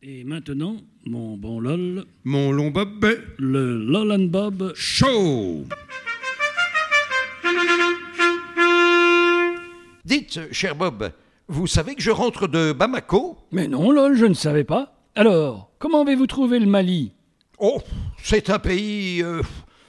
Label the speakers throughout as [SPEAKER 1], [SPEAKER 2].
[SPEAKER 1] Et maintenant, mon bon LOL,
[SPEAKER 2] Mon long bob
[SPEAKER 1] le LOL and Bob.
[SPEAKER 2] chaud.
[SPEAKER 3] Dites, cher Bob, vous savez que je rentre de Bamako
[SPEAKER 1] Mais non, LOL, je ne savais pas. Alors, comment avez-vous trouvé le Mali
[SPEAKER 3] Oh, c'est un pays. euh,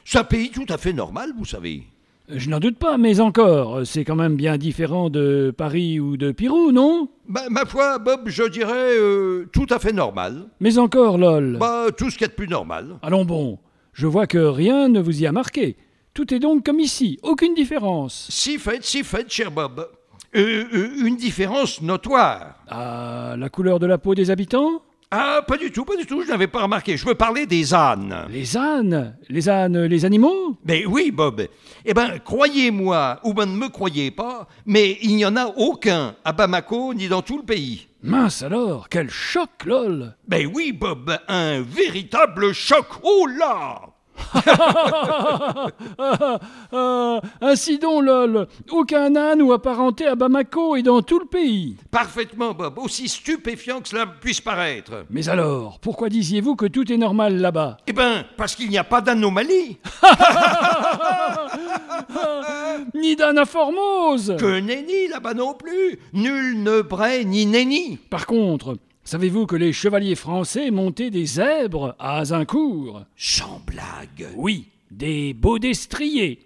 [SPEAKER 3] c'est un pays tout à fait normal, vous savez.
[SPEAKER 1] Je n'en doute pas, mais encore, c'est quand même bien différent de Paris ou de Pirou, non
[SPEAKER 3] Bah, ma foi, Bob, je dirais euh, tout à fait normal.
[SPEAKER 1] Mais encore, LOL.
[SPEAKER 3] Bah, tout ce qu'il y a de plus normal.
[SPEAKER 1] Allons bon, je vois que rien ne vous y a marqué. Tout est donc comme ici, aucune différence.
[SPEAKER 3] Si fait, si fait, cher Bob. Euh, euh, une différence notoire.
[SPEAKER 1] Ah, la couleur de la peau des habitants
[SPEAKER 3] Ah, pas du tout, pas du tout, je n'avais pas remarqué. Je veux parler des ânes.
[SPEAKER 1] Les ânes Les ânes, les animaux
[SPEAKER 3] Mais Ben oui, Bob. Eh ben, croyez-moi, ou ben ne me croyez pas, mais il n'y en a aucun à Bamako ni dans tout le pays.
[SPEAKER 1] Mince alors, quel choc, lol
[SPEAKER 3] Ben oui, Bob, un véritable choc. Oh là
[SPEAKER 1] Ah, ainsi donc, lol Aucun âne ou apparenté à Bamako et dans tout le pays
[SPEAKER 3] Parfaitement, Bob, aussi stupéfiant que cela puisse paraître.
[SPEAKER 1] Mais alors, pourquoi disiez-vous que tout est normal là-bas
[SPEAKER 3] Eh ben, parce qu'il n'y a pas d'anomalie.
[SPEAKER 1] Ni d'âne à Formose
[SPEAKER 3] Que nenni là-bas non plus. Nul ne braie ni nenni.
[SPEAKER 1] Par contre, savez-vous que les chevaliers français montaient des zèbres à Azincourt
[SPEAKER 3] Sans blague.
[SPEAKER 1] Oui, des beaux destriers.